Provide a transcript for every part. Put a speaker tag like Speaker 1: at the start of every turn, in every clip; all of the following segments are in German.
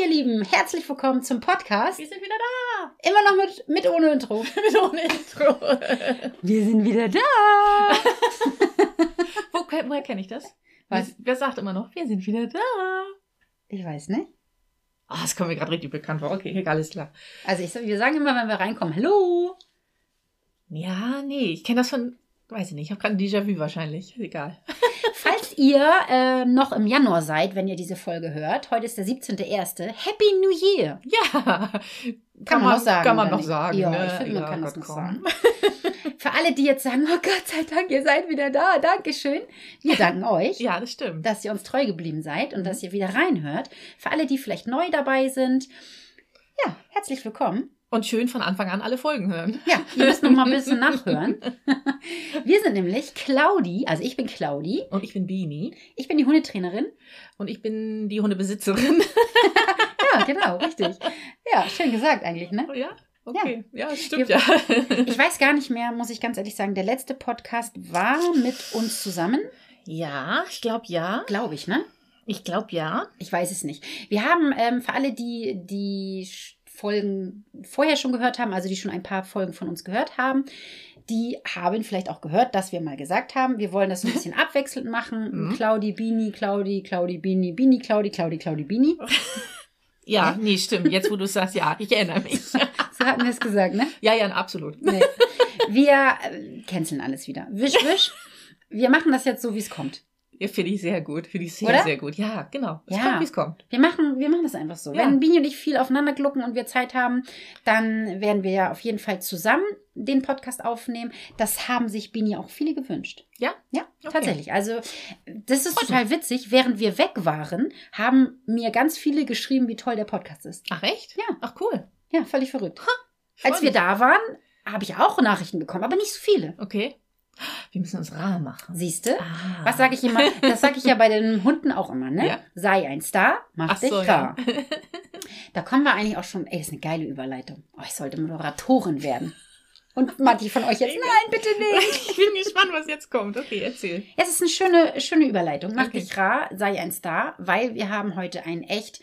Speaker 1: ihr Lieben, herzlich willkommen zum Podcast.
Speaker 2: Wir sind wieder da.
Speaker 1: Immer noch mit, mit ohne Intro.
Speaker 2: Mit ohne Intro.
Speaker 1: Wir sind wieder da.
Speaker 2: Wo, woher kenne ich das?
Speaker 1: Was?
Speaker 2: Wer sagt immer noch, wir sind wieder da?
Speaker 1: Ich weiß ne? nicht.
Speaker 2: Ah, das kommt mir gerade richtig bekannt vor. Okay, egal, alles klar.
Speaker 1: Also ich, wir sagen immer, wenn wir reinkommen, hallo.
Speaker 2: Ja, nee, ich kenne das von, weiß ich nicht, ich habe gerade ein Déjà-vu wahrscheinlich. Ist Egal.
Speaker 1: Falls ihr äh, noch im Januar seid, wenn ihr diese Folge hört, heute ist der 17.01. Happy New Year.
Speaker 2: Ja, kann,
Speaker 1: man noch sagen,
Speaker 2: Kann man
Speaker 1: oder
Speaker 2: noch
Speaker 1: nicht?
Speaker 2: sagen.
Speaker 1: Ja,
Speaker 2: ne?
Speaker 1: ich finde, man kann das
Speaker 2: Gott,
Speaker 1: noch
Speaker 2: komm.
Speaker 1: sagen. Für alle, die jetzt sagen, oh Gott sei Dank, ihr seid wieder da, Dankeschön. Wir danken euch.
Speaker 2: Ja, das stimmt.
Speaker 1: dass ihr uns treu geblieben seid und dass ihr wieder reinhört. Für alle, die vielleicht neu dabei sind, ja, herzlich willkommen.
Speaker 2: Und schön von Anfang an alle Folgen hören.
Speaker 1: Ja, ihr müsst noch mal ein bisschen nachhören. Wir sind nämlich Claudi, also ich bin Claudi,
Speaker 2: Und ich bin Beanie.
Speaker 1: ich bin die Hundetrainerin.
Speaker 2: Und ich bin die Hundebesitzerin.
Speaker 1: Ja, genau, richtig. Ja, schön gesagt eigentlich, ne?
Speaker 2: Oh ja? Okay. Ja, stimmt,
Speaker 1: Wir-
Speaker 2: ja.
Speaker 1: Ich weiß gar nicht mehr, muss ich ganz ehrlich sagen, der letzte Podcast war mit uns zusammen,
Speaker 2: Ja, ich glaube ja.
Speaker 1: glaube ich, ne?
Speaker 2: Ich glaube ja.
Speaker 1: Ich weiß es nicht. Wir haben ähm, für alle, die die Sch- Folgen vorher schon gehört haben, also die schon ein paar Folgen von uns gehört haben, die haben vielleicht auch gehört, dass wir mal gesagt haben, wir wollen das ein bisschen abwechselnd machen.
Speaker 2: Mhm.
Speaker 1: Claudi, Bini, Claudi, Claudi, Bini, Bini, Claudi, Claudi, Claudi, Bini.
Speaker 2: Ja, nee, stimmt. Jetzt, wo du es sagst, ja, ich erinnere mich.
Speaker 1: So hatten wir es gesagt, ne?
Speaker 2: Ja, ja, absolut.
Speaker 1: Nee. Wir äh, canceln alles wieder. Wisch, wisch. Wir machen das jetzt so, wie es kommt.
Speaker 2: Ja, finde ich sehr gut. Finde ich sehr,
Speaker 1: Oder?
Speaker 2: sehr gut. Ja, genau. Es
Speaker 1: Ja.
Speaker 2: kommt, wie es kommt.
Speaker 1: Wir machen, wir machen das einfach so.
Speaker 2: Ja.
Speaker 1: Wenn Bini und ich viel aufeinander glucken und wir Zeit haben, dann werden wir ja auf jeden Fall zusammen den Podcast aufnehmen. Das haben sich Bini auch viele gewünscht.
Speaker 2: Ja?
Speaker 1: Ja,
Speaker 2: Okay.
Speaker 1: tatsächlich. Also, das ist
Speaker 2: Freut
Speaker 1: total witzig. Während wir weg waren, haben mir ganz viele geschrieben, wie toll der Podcast ist.
Speaker 2: Ach, echt?
Speaker 1: Ja.
Speaker 2: Ach, cool.
Speaker 1: Ja, völlig verrückt.
Speaker 2: Freu
Speaker 1: Als wir
Speaker 2: Ah. mich.
Speaker 1: da waren, habe ich auch Nachrichten bekommen, aber nicht so viele.
Speaker 2: Okay. Wir müssen uns rar machen.
Speaker 1: Siehste?
Speaker 2: Ah.
Speaker 1: Was sage ich immer? Das sage ich ja bei den Hunden auch immer, ne?
Speaker 2: Ja.
Speaker 1: Sei ein Star, mach
Speaker 2: Ach
Speaker 1: dich
Speaker 2: so,
Speaker 1: rar. Da kommen wir eigentlich auch schon. Ey, das ist eine geile Überleitung. Oh, ich sollte Moderatorin werden. Und Matti von euch jetzt. Nein, bitte nicht.
Speaker 2: ich bin gespannt, was jetzt kommt. Okay, erzähl.
Speaker 1: Ja, Es ist eine schöne, schöne Überleitung. Mach
Speaker 2: Okay.
Speaker 1: dich rar, sei ein Star, weil wir haben heute ein echt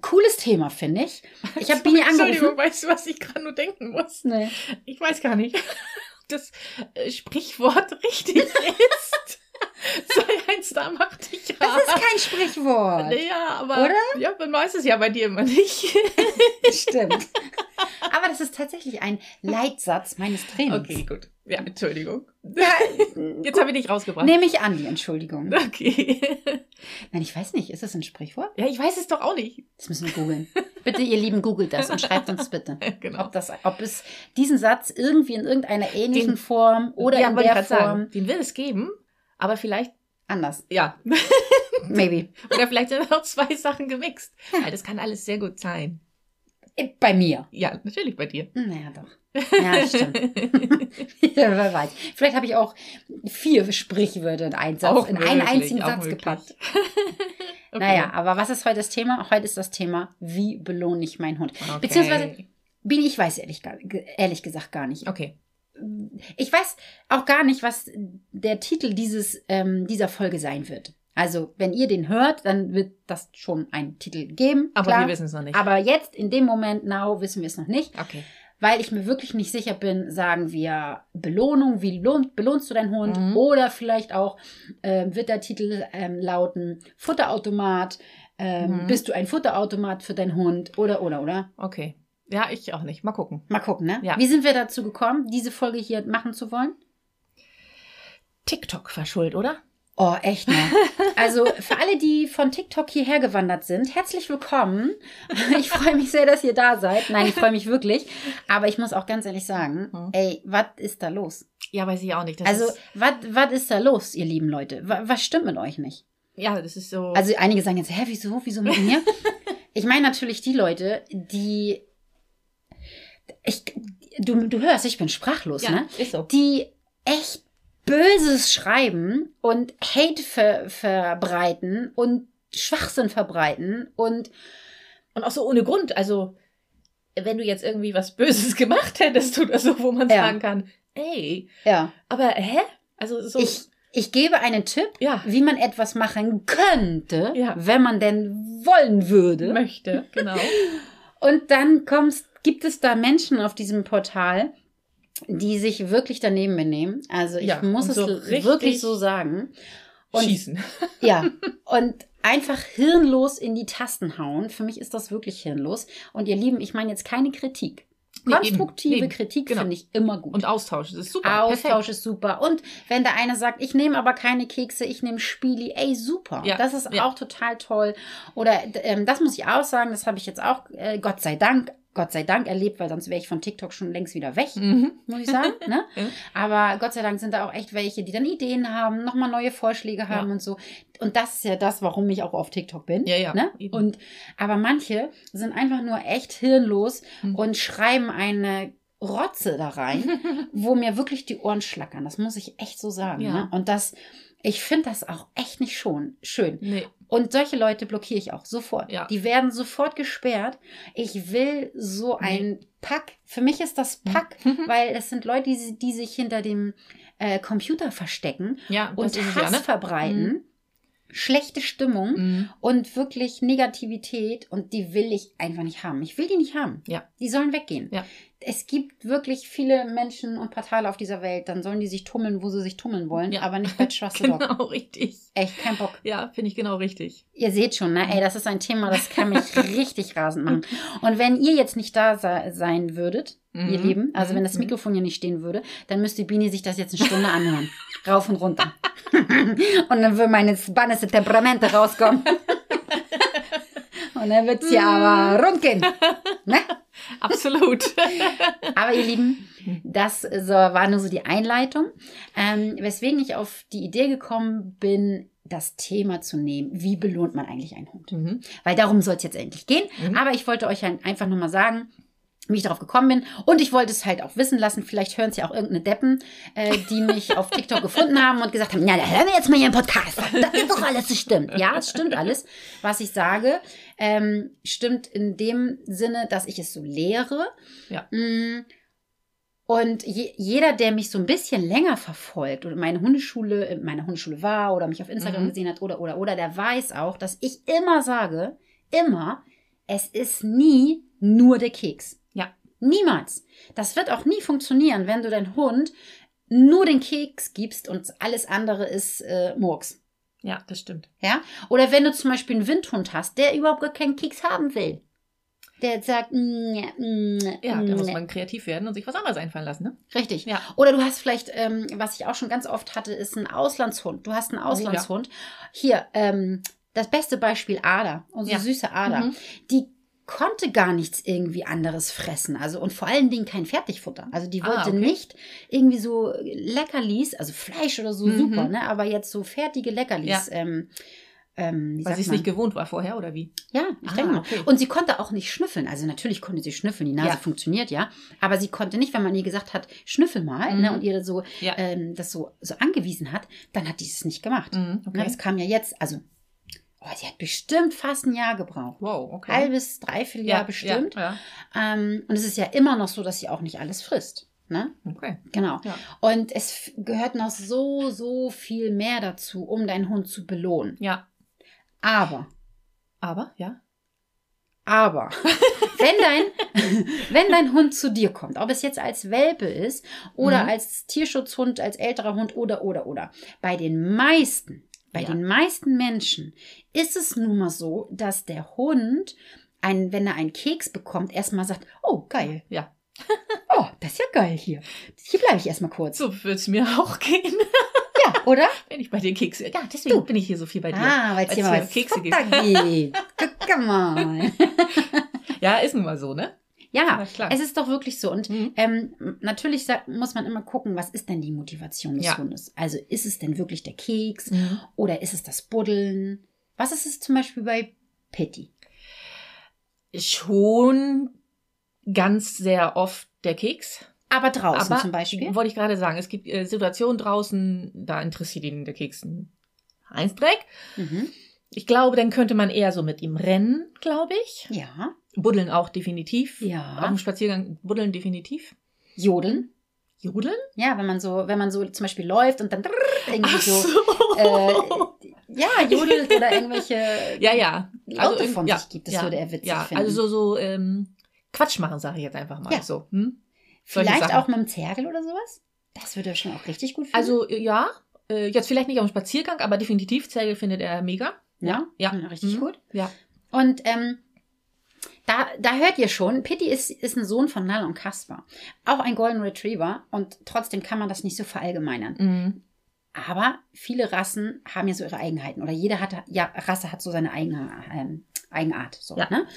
Speaker 1: cooles Thema, finde ich. Ich habe Bini angerufen.
Speaker 2: Entschuldigung, weißt du, was ich gerade nur denken muss?
Speaker 1: Nee.
Speaker 2: Ich weiß gar nicht, ob das äh, Sprichwort richtig ist. Sei ein Star, mach dich
Speaker 1: Das
Speaker 2: rar.
Speaker 1: ist kein Sprichwort.
Speaker 2: Ja, aber Ja, man weiß es ja bei dir immer nicht.
Speaker 1: Stimmt. Aber das ist tatsächlich ein Leitsatz meines Trainings.
Speaker 2: Okay, gut. Ja, Entschuldigung.
Speaker 1: Ja, äh,
Speaker 2: Jetzt habe ich dich rausgebracht.
Speaker 1: Nehme ich an, die Entschuldigung.
Speaker 2: Okay.
Speaker 1: Nein, ich weiß nicht. Ist das ein Sprichwort?
Speaker 2: Ja, ich weiß es doch auch nicht.
Speaker 1: Das müssen wir googeln. Bitte, ihr Lieben, googelt das und schreibt uns bitte,
Speaker 2: Genau.
Speaker 1: ob, das, ob es diesen Satz irgendwie in irgendeiner ähnlichen
Speaker 2: Den-
Speaker 1: Form oder
Speaker 2: ja,
Speaker 1: in
Speaker 2: wollte
Speaker 1: der Form
Speaker 2: grad den wird es geben, aber vielleicht,
Speaker 1: anders.
Speaker 2: ja,
Speaker 1: Maybe.
Speaker 2: oder vielleicht sind auch zwei Sachen gemixt. Weil das kann alles sehr gut sein.
Speaker 1: Bei mir.
Speaker 2: Ja, natürlich bei dir.
Speaker 1: Naja, doch. Ja, stimmt. Ja, Wer weiß. Vielleicht habe ich auch vier Sprichwörter in einen, Satz,
Speaker 2: Auch
Speaker 1: in einen
Speaker 2: möglich,
Speaker 1: einzigen
Speaker 2: auch
Speaker 1: Satz
Speaker 2: möglich.
Speaker 1: gepackt.
Speaker 2: Okay.
Speaker 1: Naja, aber was ist heute das Thema? Heute ist das Thema, wie belohne ich meinen Hund?
Speaker 2: Okay.
Speaker 1: beziehungsweise- Bin ich weiß ehrlich, gar- ehrlich gesagt gar nicht.
Speaker 2: Okay.
Speaker 1: ich weiß auch gar nicht, was der Titel dieses, ähm, dieser Folge sein wird. Also, wenn ihr den hört, dann wird das schon einen Titel geben.
Speaker 2: Aber
Speaker 1: klar.
Speaker 2: wir wissen es noch nicht.
Speaker 1: Aber jetzt, in dem Moment, now, wissen wir es noch nicht,
Speaker 2: okay.
Speaker 1: weil ich mir wirklich nicht sicher bin, sagen wir Belohnung, wie lohnt, belohnst du deinen Hund?
Speaker 2: Mhm.
Speaker 1: Oder vielleicht auch ähm, wird der Titel ähm, lauten Futterautomat, ähm,
Speaker 2: Mhm.
Speaker 1: bist du ein Futterautomat für deinen Hund? Oder, oder, oder?
Speaker 2: Okay. Ja, ich auch nicht. Mal gucken.
Speaker 1: Mal gucken, ne?
Speaker 2: Ja.
Speaker 1: Wie sind wir dazu gekommen, diese Folge hier machen zu wollen?
Speaker 2: TikTok verschuld, oder?
Speaker 1: Oh, echt, ne? Also für alle, die von TikTok hierher gewandert sind, herzlich willkommen. Ich freue mich sehr, dass ihr da seid. Nein, ich freue mich wirklich. Aber ich muss auch ganz ehrlich sagen,
Speaker 2: Hm.
Speaker 1: ey, was ist da los?
Speaker 2: Ja, weiß ich auch nicht. Das
Speaker 1: Also,
Speaker 2: ist,
Speaker 1: was ist da los, ihr lieben Leute? Wa- Was stimmt mit euch nicht?
Speaker 2: ja, das ist so.
Speaker 1: Also einige sagen jetzt, hä, wieso, wieso mit mir? Ich meine natürlich die Leute, die... Ich, du, du hörst, ich bin sprachlos,
Speaker 2: ja,
Speaker 1: ne?
Speaker 2: ist so.
Speaker 1: die echt Böses schreiben und Hate ver verbreiten und Schwachsinn verbreiten und
Speaker 2: Und auch so ohne Grund. Also, wenn du jetzt irgendwie was Böses gemacht hättest oder so, wo man
Speaker 1: Ja.
Speaker 2: sagen kann, ey,
Speaker 1: ja,
Speaker 2: aber hä? Also so.
Speaker 1: ich Ich gebe einen Tipp,
Speaker 2: Ja.
Speaker 1: wie man etwas machen könnte,
Speaker 2: Ja.
Speaker 1: wenn man denn wollen würde.
Speaker 2: Möchte, genau.
Speaker 1: Und dann kommst, gibt es da Menschen auf diesem Portal, die sich wirklich daneben benehmen. Also ich
Speaker 2: Ja,
Speaker 1: muss
Speaker 2: und
Speaker 1: es
Speaker 2: so richtig-
Speaker 1: wirklich so sagen. Und
Speaker 2: Schießen.
Speaker 1: ja, und einfach hirnlos in die Tasten hauen. Für mich ist das wirklich hirnlos. Und ihr Lieben, ich meine jetzt keine Kritik.
Speaker 2: Nee, eben,
Speaker 1: Konstruktive
Speaker 2: eben,
Speaker 1: Kritik
Speaker 2: genau.
Speaker 1: finde ich immer gut.
Speaker 2: Und Austausch. Das ist super.
Speaker 1: Austausch ist super. Und wenn der eine sagt, ich nehme aber keine Kekse, ich nehme Spieli, ey, super.
Speaker 2: Ja,
Speaker 1: Das ist
Speaker 2: ja.
Speaker 1: auch total toll. Oder d- ähm, das muss ich auch sagen, das habe ich jetzt auch, äh, Gott sei Dank, Gott sei Dank erlebt, weil sonst wäre ich von TikTok schon längst wieder weg,
Speaker 2: Perfekt. Mhm.
Speaker 1: muss ich sagen. Ne?
Speaker 2: Ja.
Speaker 1: Aber Gott sei Dank sind da auch echt welche, die dann Ideen haben, nochmal neue Vorschläge haben und so. Und das ist ja das, warum ich auch auf TikTok bin.
Speaker 2: Ja, ja,
Speaker 1: Ne?
Speaker 2: eben.
Speaker 1: Und aber manche sind einfach nur echt hirnlos
Speaker 2: Mhm.
Speaker 1: und schreiben eine Rotze da rein wo mir wirklich die Ohren schlackern. Das muss ich echt so sagen.
Speaker 2: Ja.
Speaker 1: Ne? Und das, ich finde das auch echt nicht schon schön.
Speaker 2: Nee,
Speaker 1: Und solche Leute blockiere ich auch sofort.
Speaker 2: Ja.
Speaker 1: Die werden sofort gesperrt. Ich will so
Speaker 2: Nee. Hm.
Speaker 1: ein Pack. Für mich ist das Pack, weil es sind Leute, die, die sich hinter dem äh, Computer verstecken
Speaker 2: ja, das
Speaker 1: und
Speaker 2: ist es
Speaker 1: Hass
Speaker 2: ja, ne?
Speaker 1: verbreiten. Schlechte Stimmung
Speaker 2: Mhm.
Speaker 1: und wirklich Negativität und die will ich einfach nicht haben. Ich will die nicht haben.
Speaker 2: Ja.
Speaker 1: Die sollen weggehen.
Speaker 2: Ja.
Speaker 1: Es gibt wirklich viele Menschen und Portale auf dieser Welt, dann sollen die sich tummeln, wo sie sich tummeln wollen,
Speaker 2: Ja.
Speaker 1: aber nicht bei Trust the Dog.
Speaker 2: Genau, richtig.
Speaker 1: Echt, kein Bock.
Speaker 2: Ja, finde ich genau richtig.
Speaker 1: Ihr seht schon, ne? Ey, das ist ein Thema, das kann mich richtig rasend machen. Und wenn ihr jetzt nicht da se- sein würdet, ihr
Speaker 2: Mhm.
Speaker 1: Lieben, also
Speaker 2: Mhm.
Speaker 1: wenn das
Speaker 2: Mhm.
Speaker 1: Mikrofon hier nicht stehen würde, dann müsste Bini sich das jetzt eine Stunde anhören. Rauf und runter. und dann würde meine spannende Temperamente rauskommen. und dann wird's hier
Speaker 2: Mhm.
Speaker 1: aber rund gehen.
Speaker 2: Absolut.
Speaker 1: Aber ihr Lieben,
Speaker 2: Mhm.
Speaker 1: das so, war nur so die Einleitung, ähm, weswegen ich auf die Idee gekommen bin, das Thema zu nehmen, wie belohnt man eigentlich einen Hund?
Speaker 2: mhm.
Speaker 1: Weil darum soll es jetzt endlich gehen.
Speaker 2: Mhm.
Speaker 1: Aber ich wollte euch halt einfach nur mal sagen, wie ich darauf gekommen bin. Und ich wollte es halt auch wissen lassen. Vielleicht hören es ja auch irgendeine Deppen, äh, die mich auf TikTok gefunden haben und gesagt haben, na, da hören wir jetzt mal ihren Podcast. Das ist doch alles, das stimmt. Ja, es stimmt alles, was ich sage. Ähm, stimmt in dem Sinne, dass ich es so lehre.
Speaker 2: Ja.
Speaker 1: Mm. Und je, jeder, der mich so ein bisschen länger verfolgt oder meine Hundeschule, in meiner Hundeschule war oder mich auf Instagram
Speaker 2: Mhm.
Speaker 1: gesehen hat oder, oder, oder, der weiß auch, dass ich immer sage, immer, es ist nie nur der Keks.
Speaker 2: Ja.
Speaker 1: Niemals. Das wird auch nie funktionieren, wenn du deinen Hund nur den Keks gibst und alles andere ist äh, Murks.
Speaker 2: Ja, das stimmt.
Speaker 1: Oder wenn du zum Beispiel einen Windhund hast, der überhaupt gar keinen Keks haben will. Der sagt, mm, mm,
Speaker 2: Ja, da muss
Speaker 1: mm.
Speaker 2: man kreativ werden und sich was anderes einfallen lassen, ne?
Speaker 1: richtig.
Speaker 2: Ja.
Speaker 1: Oder du hast vielleicht, ähm, was ich auch schon ganz oft hatte, ist ein Auslandshund. Du hast einen
Speaker 2: Oh,
Speaker 1: Auslandshund. Hier, ähm, das beste Beispiel Ada, unsere
Speaker 2: Ja.
Speaker 1: süße Ada.
Speaker 2: Mhm.
Speaker 1: Die konnte gar nichts irgendwie anderes fressen. Also und vor allen Dingen kein Fertigfutter. Also die
Speaker 2: Ah,
Speaker 1: wollte
Speaker 2: okay.
Speaker 1: nicht irgendwie so Leckerlis, also Fleisch oder so
Speaker 2: Mhm.
Speaker 1: super, ne? Aber jetzt so fertige Leckerlis. Ähm, ähm, wie
Speaker 2: Weil
Speaker 1: sagt
Speaker 2: sie es
Speaker 1: man?
Speaker 2: nicht gewohnt war vorher, oder wie?
Speaker 1: Ja, ich
Speaker 2: Ah,
Speaker 1: denke mal.
Speaker 2: okay.
Speaker 1: Und sie konnte auch nicht schnüffeln. Also natürlich konnte sie schnüffeln, die Nase
Speaker 2: Ja.
Speaker 1: funktioniert ja. Aber sie konnte nicht, wenn man ihr gesagt hat, schnüffel mal,
Speaker 2: Mhm.
Speaker 1: ne, und ihr so
Speaker 2: Ja.
Speaker 1: ähm, das so, so angewiesen hat, dann hat die es nicht gemacht.
Speaker 2: Mhm,
Speaker 1: Ne,
Speaker 2: okay.
Speaker 1: das kam ja jetzt, also, oh, sie hat bestimmt fast ein Jahr gebraucht.
Speaker 2: Wow, okay.
Speaker 1: Halbes, dreiviertel Jahr bestimmt.
Speaker 2: Ja,
Speaker 1: Ähm, und es ist ja immer noch so, dass sie auch nicht alles frisst. Ne?
Speaker 2: ja. Okay.
Speaker 1: Genau.
Speaker 2: Ja.
Speaker 1: Und es f- gehört noch so, so viel mehr dazu, um deinen Hund zu belohnen.
Speaker 2: Ja.
Speaker 1: Aber
Speaker 2: Aber, ja.
Speaker 1: Aber wenn dein, wenn dein Hund zu dir kommt, ob es jetzt als Welpe ist oder
Speaker 2: Mhm.
Speaker 1: als Tierschutzhund, als älterer Hund oder, oder, oder, bei den meisten, bei
Speaker 2: Ja.
Speaker 1: den meisten Menschen ist es nun mal so, dass der Hund, ein, wenn er einen Keks bekommt, erstmal sagt, oh, geil,
Speaker 2: Ja.
Speaker 1: oh, das ist ja geil hier. Hier bleibe ich erstmal kurz.
Speaker 2: So wird's mir auch gehen,
Speaker 1: Ja, oder?
Speaker 2: wenn ich bei dir Kekse. Ja, deswegen
Speaker 1: Du.
Speaker 2: bin ich hier so viel bei dir.
Speaker 1: Ah, weil es
Speaker 2: Weil's
Speaker 1: hier
Speaker 2: hier
Speaker 1: mal was
Speaker 2: Kekse gibt.
Speaker 1: Futter gibt. Guck mal.
Speaker 2: Ja, ist nun mal so, ne?
Speaker 1: Ja,
Speaker 2: Na klar.
Speaker 1: es ist doch wirklich so. Und
Speaker 2: Mhm.
Speaker 1: Ähm, m- natürlich sa- muss man immer gucken, was ist denn die Motivation des
Speaker 2: Ja.
Speaker 1: Hundes? Also ist es denn wirklich der Keks
Speaker 2: Mhm.
Speaker 1: oder ist es das Buddeln? Was ist es zum Beispiel bei Pitti?
Speaker 2: Schon ganz sehr oft der Keks.
Speaker 1: Aber draußen
Speaker 2: Aber
Speaker 1: zum Beispiel?
Speaker 2: Wollte ich gerade sagen, es gibt äh, Situationen draußen, da interessiert ihn der Keks ein Einsdreck.
Speaker 1: Mhm.
Speaker 2: Ich glaube, dann könnte man eher so mit ihm rennen, glaube ich.
Speaker 1: Ja.
Speaker 2: Buddeln auch definitiv.
Speaker 1: Ja.
Speaker 2: Auf dem Spaziergang buddeln definitiv.
Speaker 1: Jodeln?
Speaker 2: Jodeln?
Speaker 1: Ja, wenn man so, wenn man so zum Beispiel läuft und dann irgendwie
Speaker 2: Ach
Speaker 1: so,
Speaker 2: so. äh,
Speaker 1: äh, ja, jodelt oder irgendwelche
Speaker 2: ja, ja.
Speaker 1: Laute
Speaker 2: Also
Speaker 1: von
Speaker 2: irgend- ja,
Speaker 1: sich gibt. Das würde er witzig
Speaker 2: ja,
Speaker 1: finden.
Speaker 2: also so, so ähm, Quatsch machen, sage ich jetzt einfach mal.
Speaker 1: Ja.
Speaker 2: So, hm? solche
Speaker 1: Vielleicht
Speaker 2: Sachen.
Speaker 1: auch mit dem Zergel oder sowas? Das würde er schon auch richtig gut finden.
Speaker 2: Also äh, ja, äh, jetzt vielleicht nicht auf dem Spaziergang, aber definitiv Zähne findet er mega.
Speaker 1: ja,
Speaker 2: ja.
Speaker 1: richtig
Speaker 2: Mhm.
Speaker 1: gut.
Speaker 2: Ja.
Speaker 1: Und ähm, da, da hört ihr schon, Pitti ist, ist ein Sohn von Nala und Kaspar. Auch ein Golden Retriever und trotzdem kann man das nicht so verallgemeinern.
Speaker 2: Mhm.
Speaker 1: Aber viele Rassen haben ja so ihre Eigenheiten oder jede hat, ja, Rasse hat so seine eigene ähm, Eigenart. So,
Speaker 2: Ja.
Speaker 1: ne?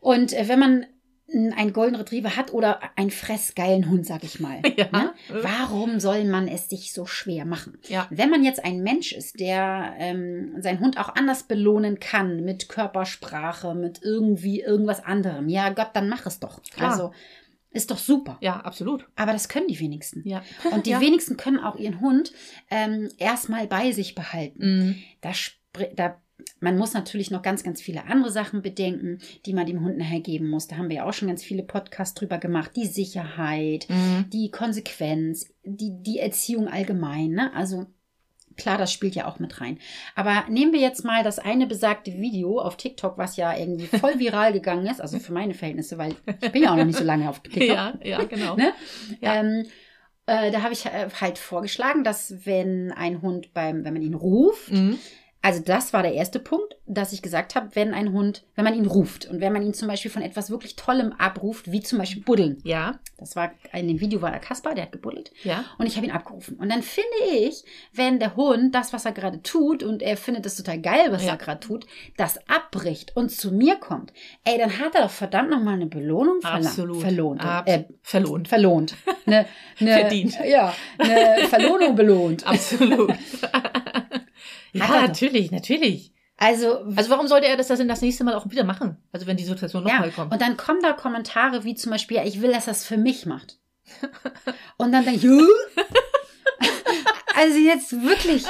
Speaker 1: Und äh, wenn man n, einen Golden Retriever hat oder einen fressgeilen Hund, sag ich mal,
Speaker 2: Ja. Äh,
Speaker 1: ne? warum soll man es sich so schwer machen?
Speaker 2: Ja.
Speaker 1: Wenn man jetzt ein Mensch ist, der ähm, seinen Hund auch anders belohnen kann, mit Körpersprache, mit irgendwie irgendwas anderem, ja Gott, dann mach es doch.
Speaker 2: Klar.
Speaker 1: Also ist doch super.
Speaker 2: Ja, absolut.
Speaker 1: Aber das können die wenigsten.
Speaker 2: Ja.
Speaker 1: Und die
Speaker 2: ja.
Speaker 1: wenigsten können auch ihren Hund ähm, erstmal bei sich behalten.
Speaker 2: Mhm.
Speaker 1: Da, spr- da, man muss natürlich noch ganz, ganz viele andere Sachen bedenken, die man dem Hund nachher geben muss. Da haben wir ja auch schon ganz viele Podcasts drüber gemacht. Die Sicherheit,
Speaker 2: Mhm.
Speaker 1: die Konsequenz, die, die Erziehung allgemein. Ne? Also klar, das spielt ja auch mit rein. Aber nehmen wir jetzt mal das eine besagte Video auf TikTok, was ja irgendwie voll viral gegangen ist. Also für meine Verhältnisse, weil ich bin ja auch noch nicht so lange auf TikTok.
Speaker 2: Ja, ja, genau.
Speaker 1: Ne?
Speaker 2: Ja.
Speaker 1: Ähm, äh, da habe ich äh, halt vorgeschlagen, dass wenn ein Hund beim, wenn man ihn ruft,
Speaker 2: Mhm.
Speaker 1: also das war der erste Punkt, dass ich gesagt habe, wenn ein Hund, wenn man ihn ruft und wenn man ihn zum Beispiel von etwas wirklich Tollem abruft, wie zum Beispiel Buddeln.
Speaker 2: Ja,
Speaker 1: Das war, in dem Video war der Kaspar, der hat gebuddelt
Speaker 2: ja.
Speaker 1: und ich habe ihn abgerufen. Und dann finde ich, wenn der Hund das, was er gerade tut und er findet das total geil, was
Speaker 2: Ja.
Speaker 1: er gerade tut, das abbricht und zu mir kommt, ey, dann hat er doch verdammt nochmal eine Belohnung verlangt.
Speaker 2: Absolut.
Speaker 1: Verlohnt.
Speaker 2: Abs
Speaker 1: äh,
Speaker 2: verlohnt.
Speaker 1: verlohnt. Ne, ne,
Speaker 2: Verdient.
Speaker 1: Ja, eine Verlohnung belohnt.
Speaker 2: Absolut.
Speaker 1: Hat er
Speaker 2: ja,
Speaker 1: doch.
Speaker 2: natürlich, natürlich.
Speaker 1: Also,
Speaker 2: Also warum sollte er das, das denn das nächste Mal auch wieder machen? Also wenn die Situation
Speaker 1: ja.
Speaker 2: nochmal kommt.
Speaker 1: Und dann kommen da Kommentare wie zum Beispiel, ja, ich will, dass das für mich macht. Und dann denke ich, "Hä?" also jetzt wirklich.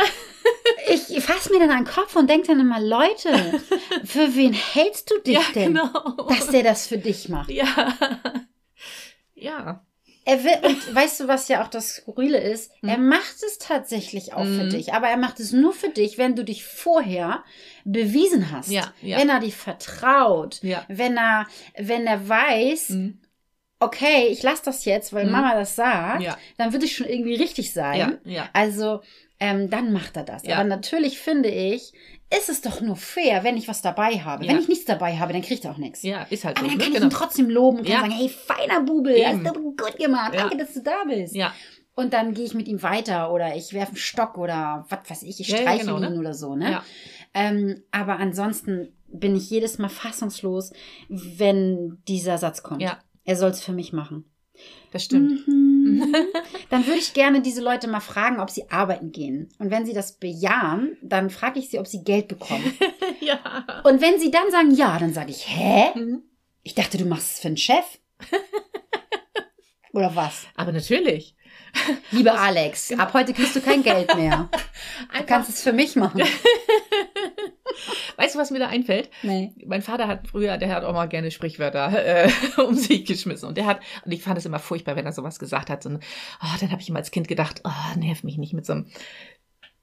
Speaker 1: Ich fasse mir dann an den Kopf und denke dann immer, Leute, für wen hältst du dich
Speaker 2: ja,
Speaker 1: denn,
Speaker 2: genau.
Speaker 1: dass der das für dich macht?
Speaker 2: ja. Ja.
Speaker 1: Er will, und weißt du, was ja auch das Skurrile ist?
Speaker 2: Hm.
Speaker 1: Er macht es tatsächlich auch für
Speaker 2: Hm.
Speaker 1: dich, aber er macht es nur für dich, wenn du dich vorher bewiesen hast.
Speaker 2: Ja, ja.
Speaker 1: Wenn er dir vertraut,
Speaker 2: Ja.
Speaker 1: wenn er, wenn er weiß,
Speaker 2: Mhm.
Speaker 1: okay, ich lasse das jetzt, weil
Speaker 2: Hm.
Speaker 1: Mama das sagt,
Speaker 2: Ja.
Speaker 1: dann wird es schon irgendwie richtig sein.
Speaker 2: Ja, ja.
Speaker 1: Also, ähm, dann macht er das.
Speaker 2: Ja.
Speaker 1: Aber natürlich finde ich, ist es doch nur fair, wenn ich was dabei habe.
Speaker 2: Ja.
Speaker 1: Wenn ich nichts dabei habe, dann kriegt er auch nichts.
Speaker 2: Ja, ist halt
Speaker 1: Aber
Speaker 2: so.
Speaker 1: dann
Speaker 2: ne?
Speaker 1: kann ich ihn
Speaker 2: Genau.
Speaker 1: trotzdem loben und kann
Speaker 2: Ja.
Speaker 1: sagen, hey, feiner Bubel,
Speaker 2: Eben.
Speaker 1: hast du gut gemacht,
Speaker 2: Ja.
Speaker 1: danke, dass du da bist.
Speaker 2: Ja,
Speaker 1: Und dann gehe ich mit ihm weiter oder ich werfe einen Stock oder was weiß ich, ich
Speaker 2: Ja, ja,
Speaker 1: streiche
Speaker 2: genau,
Speaker 1: ihn
Speaker 2: ne?
Speaker 1: oder so. Ne?
Speaker 2: Ja.
Speaker 1: Ähm, aber ansonsten bin ich jedes Mal fassungslos, wenn dieser Satz kommt.
Speaker 2: Ja.
Speaker 1: Er soll es für mich machen.
Speaker 2: das stimmt.
Speaker 1: Mhm. Dann würde ich gerne diese Leute mal fragen, ob sie arbeiten gehen. Und wenn sie das bejahen, dann frage ich sie, ob sie Geld bekommen.
Speaker 2: ja.
Speaker 1: Und wenn sie dann sagen ja, dann sage ich, hä?
Speaker 2: Mhm.
Speaker 1: Ich dachte, du machst es für einen Chef. Oder was?
Speaker 2: Aber natürlich.
Speaker 1: Lieber Alex,
Speaker 2: Genau.
Speaker 1: ab heute kriegst du kein Geld mehr. Du kannst es für mich machen.
Speaker 2: Weißt du, was mir da einfällt?
Speaker 1: Nee.
Speaker 2: Mein Vater hat früher, der hat auch mal gerne Sprichwörter äh, um sich geschmissen. Und der hat, und ich fand es immer furchtbar, wenn er sowas gesagt hat. So, ein, oh, dann habe ich immer als Kind gedacht, oh, nerv mich nicht mit so einem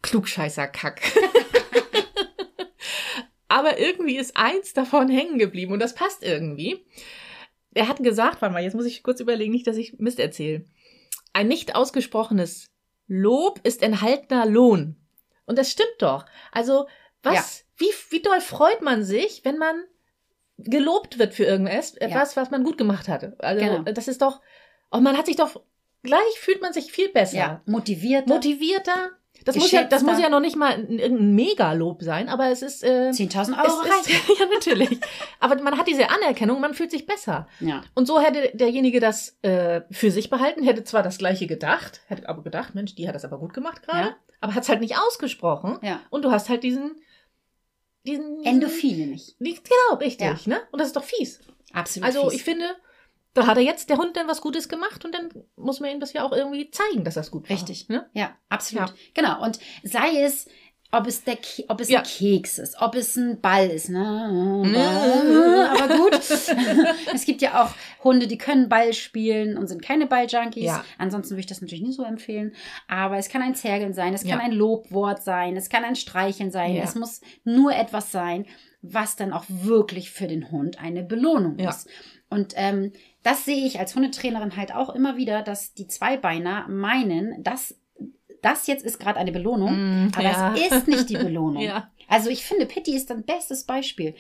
Speaker 2: Klugscheißer-Kack. Aber irgendwie ist eins davon hängen geblieben und das passt irgendwie. Er hat gesagt, warte mal, jetzt muss ich kurz überlegen, nicht, dass ich Mist erzähle. Ein nicht ausgesprochenes Lob ist enthaltener Lohn. Und das stimmt doch. Also, was, wie, wie doll freut man sich, wenn man gelobt wird für irgendwas, etwas, was man gut gemacht hatte. Also,
Speaker 1: Genau.
Speaker 2: das ist doch, und man hat sich doch, gleich fühlt man sich viel besser
Speaker 1: Ja, Also, motiviert.
Speaker 2: motivierter. Das muss, ja, das
Speaker 1: Geschätzter.
Speaker 2: muss ja noch nicht mal ein- irgendein Megalob sein, aber es ist. Äh,
Speaker 1: 10.000
Speaker 2: es
Speaker 1: Euro reicht.
Speaker 2: ist ja, natürlich. Aber man hat diese Anerkennung, man fühlt sich besser.
Speaker 1: Ja.
Speaker 2: Und so hätte derjenige das äh, für sich behalten, hätte zwar das Gleiche gedacht, hätte aber gedacht, Mensch, die hat das aber gut gemacht gerade,
Speaker 1: Ja.
Speaker 2: aber hat es halt nicht ausgesprochen.
Speaker 1: ja.
Speaker 2: Und du hast halt diesen. diesen
Speaker 1: Endorphine nicht.
Speaker 2: Nicht- Genau, richtig. Ne? Und das ist doch fies.
Speaker 1: Absolut.
Speaker 2: Also
Speaker 1: fies.
Speaker 2: ich finde, da hat er jetzt der Hund dann was Gutes gemacht und dann muss man ihm das ja auch irgendwie zeigen, dass das gut war.
Speaker 1: Richtig.
Speaker 2: Ne?
Speaker 1: Ja, absolut. Genau. Und sei es, ob es, der Ke ob es
Speaker 2: Ja.
Speaker 1: ein Keks ist, ob es ein Ball ist, ne?
Speaker 2: Mm.
Speaker 1: Ball, aber gut. es gibt ja auch Hunde, die können Ball spielen und sind keine Balljunkies.
Speaker 2: Ja.
Speaker 1: Ansonsten würde ich das natürlich nie so empfehlen. Aber es kann ein Zergeln sein, es kann
Speaker 2: Ja.
Speaker 1: ein Lobwort sein, es kann ein Streicheln sein.
Speaker 2: Ja.
Speaker 1: Es muss nur etwas sein, was dann auch wirklich für den Hund eine Belohnung
Speaker 2: Ja.
Speaker 1: ist. Und ähm, das sehe ich als Hundetrainerin halt auch immer wieder, dass die Zweibeiner meinen, dass das jetzt ist gerade eine Belohnung.
Speaker 2: Mm,
Speaker 1: Aber
Speaker 2: ja.
Speaker 1: es ist nicht die Belohnung.
Speaker 2: Ja.
Speaker 1: Also ich finde, Pitti ist ein bestes Beispiel.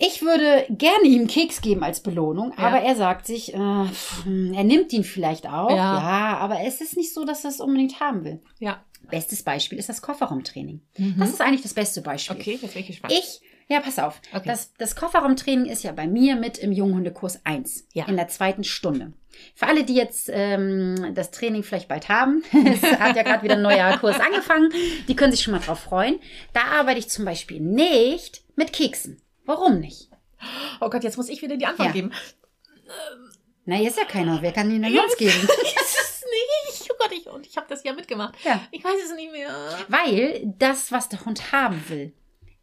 Speaker 1: Ich würde gerne ihm Keks geben als Belohnung,
Speaker 2: Ja.
Speaker 1: aber er sagt sich, äh, pff, er nimmt ihn vielleicht auch.
Speaker 2: Ja.
Speaker 1: Ja. aber es ist nicht so, dass er es unbedingt haben will.
Speaker 2: Ja.
Speaker 1: Bestes Beispiel ist das Kofferraumtraining.
Speaker 2: Mhm.
Speaker 1: Das ist eigentlich das beste Beispiel.
Speaker 2: okay, jetzt bin ich gespannt.
Speaker 1: Ich, ja, pass auf.
Speaker 2: Okay.
Speaker 1: Das, das Kofferraumtraining ist ja bei mir mit im Junghundekurs 1
Speaker 2: Ja.
Speaker 1: in der zweiten Stunde. Für alle, die jetzt ähm, das Training vielleicht bald haben, es hat ja gerade wieder ein neuer Kurs angefangen, die können sich schon mal drauf freuen. Da arbeite ich zum Beispiel nicht mit Keksen. Warum nicht?
Speaker 2: oh Gott, jetzt muss ich wieder die Antwort
Speaker 1: Ja.
Speaker 2: geben.
Speaker 1: Na, hier ist ja keiner. Wer kann ihnen denn sonst geben?
Speaker 2: Ist es nicht? Oh Gott, ich, und ich habe das ja mitgemacht.
Speaker 1: Ja.
Speaker 2: Ich weiß es nicht mehr.
Speaker 1: Weil das, was der Hund haben will,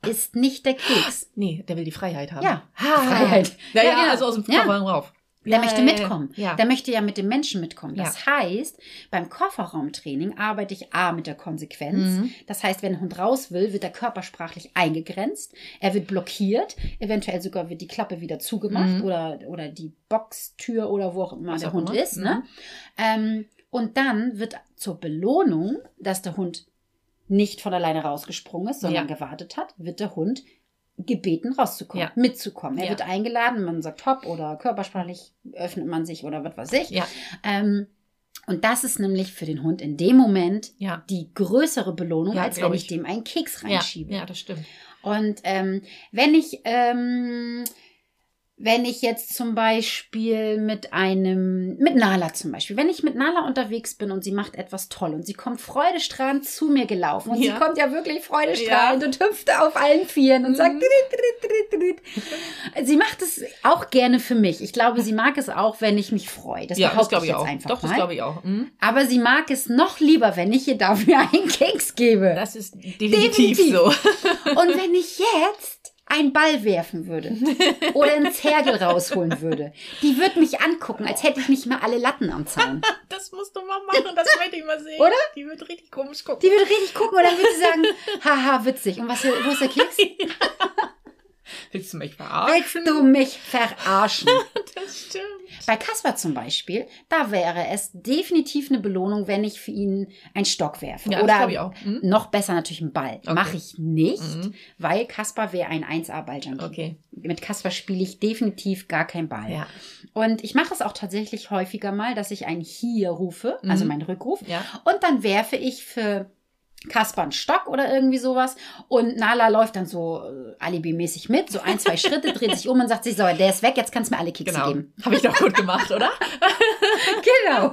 Speaker 1: ist nicht der Keks.
Speaker 2: Nee, der will die Freiheit haben.
Speaker 1: Ja,
Speaker 2: ha.
Speaker 1: Freiheit.
Speaker 2: Naja,
Speaker 1: Ja, genau.
Speaker 2: also aus dem
Speaker 1: Ja.
Speaker 2: Kofferraum rauf.
Speaker 1: Der
Speaker 2: Ja,
Speaker 1: möchte
Speaker 2: ja, ja,
Speaker 1: mitkommen.
Speaker 2: Ja.
Speaker 1: Der möchte ja mit dem Menschen mitkommen.
Speaker 2: Ja.
Speaker 1: Das heißt, beim Kofferraumtraining arbeite ich A mit der Konsequenz.
Speaker 2: Mhm.
Speaker 1: Das heißt, wenn ein Hund raus will, wird er körpersprachlich eingegrenzt. Er wird blockiert. Eventuell sogar wird die Klappe wieder zugemacht
Speaker 2: Mhm.
Speaker 1: oder, oder die Boxtür oder wo auch immer
Speaker 2: Was
Speaker 1: der
Speaker 2: auch
Speaker 1: Hund
Speaker 2: immer. Mhm.
Speaker 1: ist. Ne? Ähm, und dann wird zur Belohnung, dass der Hund nicht von alleine rausgesprungen ist, sondern
Speaker 2: Ja.
Speaker 1: gewartet hat, wird der Hund gebeten, rauszukommen,
Speaker 2: Ja.
Speaker 1: mitzukommen. Er
Speaker 2: Ja.
Speaker 1: wird eingeladen, man sagt hopp oder körpersprachlich öffnet man sich oder was weiß ich.
Speaker 2: Ja.
Speaker 1: Ähm, und das ist nämlich für den Hund in dem Moment
Speaker 2: Ja.
Speaker 1: die größere Belohnung,
Speaker 2: Ja,
Speaker 1: als
Speaker 2: glaub
Speaker 1: wenn ich
Speaker 2: ich.
Speaker 1: dem einen Keks
Speaker 2: Ja.
Speaker 1: reinschiebe.
Speaker 2: ja, das stimmt.
Speaker 1: Und ähm, wenn ich ähm, wenn ich jetzt zum Beispiel mit einem, mit Nala zum Beispiel, wenn ich mit Nala unterwegs bin und sie macht etwas toll und sie kommt freudestrahlend zu mir gelaufen und
Speaker 2: Ja.
Speaker 1: sie kommt ja wirklich freudestrahlend und hüpft auf allen Vieren und sagt,
Speaker 2: Mhm.
Speaker 1: "Trit, trit, trit, trit." sie macht es auch gerne für mich. Ich glaube, sie mag es auch, wenn ich mich freue. Das
Speaker 2: ja, das
Speaker 1: behaupte
Speaker 2: glaube
Speaker 1: ich
Speaker 2: ich
Speaker 1: jetzt
Speaker 2: auch.
Speaker 1: einfach
Speaker 2: Doch,
Speaker 1: mal.
Speaker 2: das glaube ich auch. Mhm.
Speaker 1: Aber sie mag es noch lieber, wenn ich ihr dafür einen Keks gebe.
Speaker 2: Das ist definitiv,
Speaker 1: Definitiv.
Speaker 2: so.
Speaker 1: Und wenn ich jetzt einen Ball werfen würde oder einen Zergel rausholen würde, die würde mich angucken, als hätte ich nicht mal alle Latten am Zaun.
Speaker 2: Das musst du mal machen, das möchte ich mal sehen.
Speaker 1: Oder?
Speaker 2: Die wird richtig komisch gucken.
Speaker 1: Die würde richtig gucken und dann würde sie sagen, haha, witzig. Und was, hier- wo ist der Keks?
Speaker 2: Willst du mich verarschen?
Speaker 1: Willst du mich verarschen?
Speaker 2: Das stimmt.
Speaker 1: Bei Kaspar zum Beispiel, da wäre es definitiv eine Belohnung, wenn ich für ihn einen Stock werfe.
Speaker 2: Ja, das
Speaker 1: Oder
Speaker 2: glaub ich auch. Mhm.
Speaker 1: noch besser natürlich einen Ball.
Speaker 2: Okay.
Speaker 1: Mache ich nicht,
Speaker 2: Mhm.
Speaker 1: weil Kaspar wäre ein 1A-Balljunkie.
Speaker 2: Okay.
Speaker 1: Mit Kaspar spiele ich definitiv gar keinen Ball.
Speaker 2: Ja.
Speaker 1: Und ich mache es auch tatsächlich häufiger mal, dass ich einen Hier rufe, also
Speaker 2: Mhm.
Speaker 1: meinen Rückruf.
Speaker 2: Ja.
Speaker 1: Und dann werfe ich für Kasper einen Stock oder irgendwie sowas. Und Nala läuft dann so äh, alibimäßig mit, so ein, zwei Schritte, dreht sich um und sagt sich, so, der ist weg, jetzt kannst du mir alle Kekse
Speaker 2: Genau.
Speaker 1: geben.
Speaker 2: Habe ich doch gut gemacht, oder?
Speaker 1: Genau.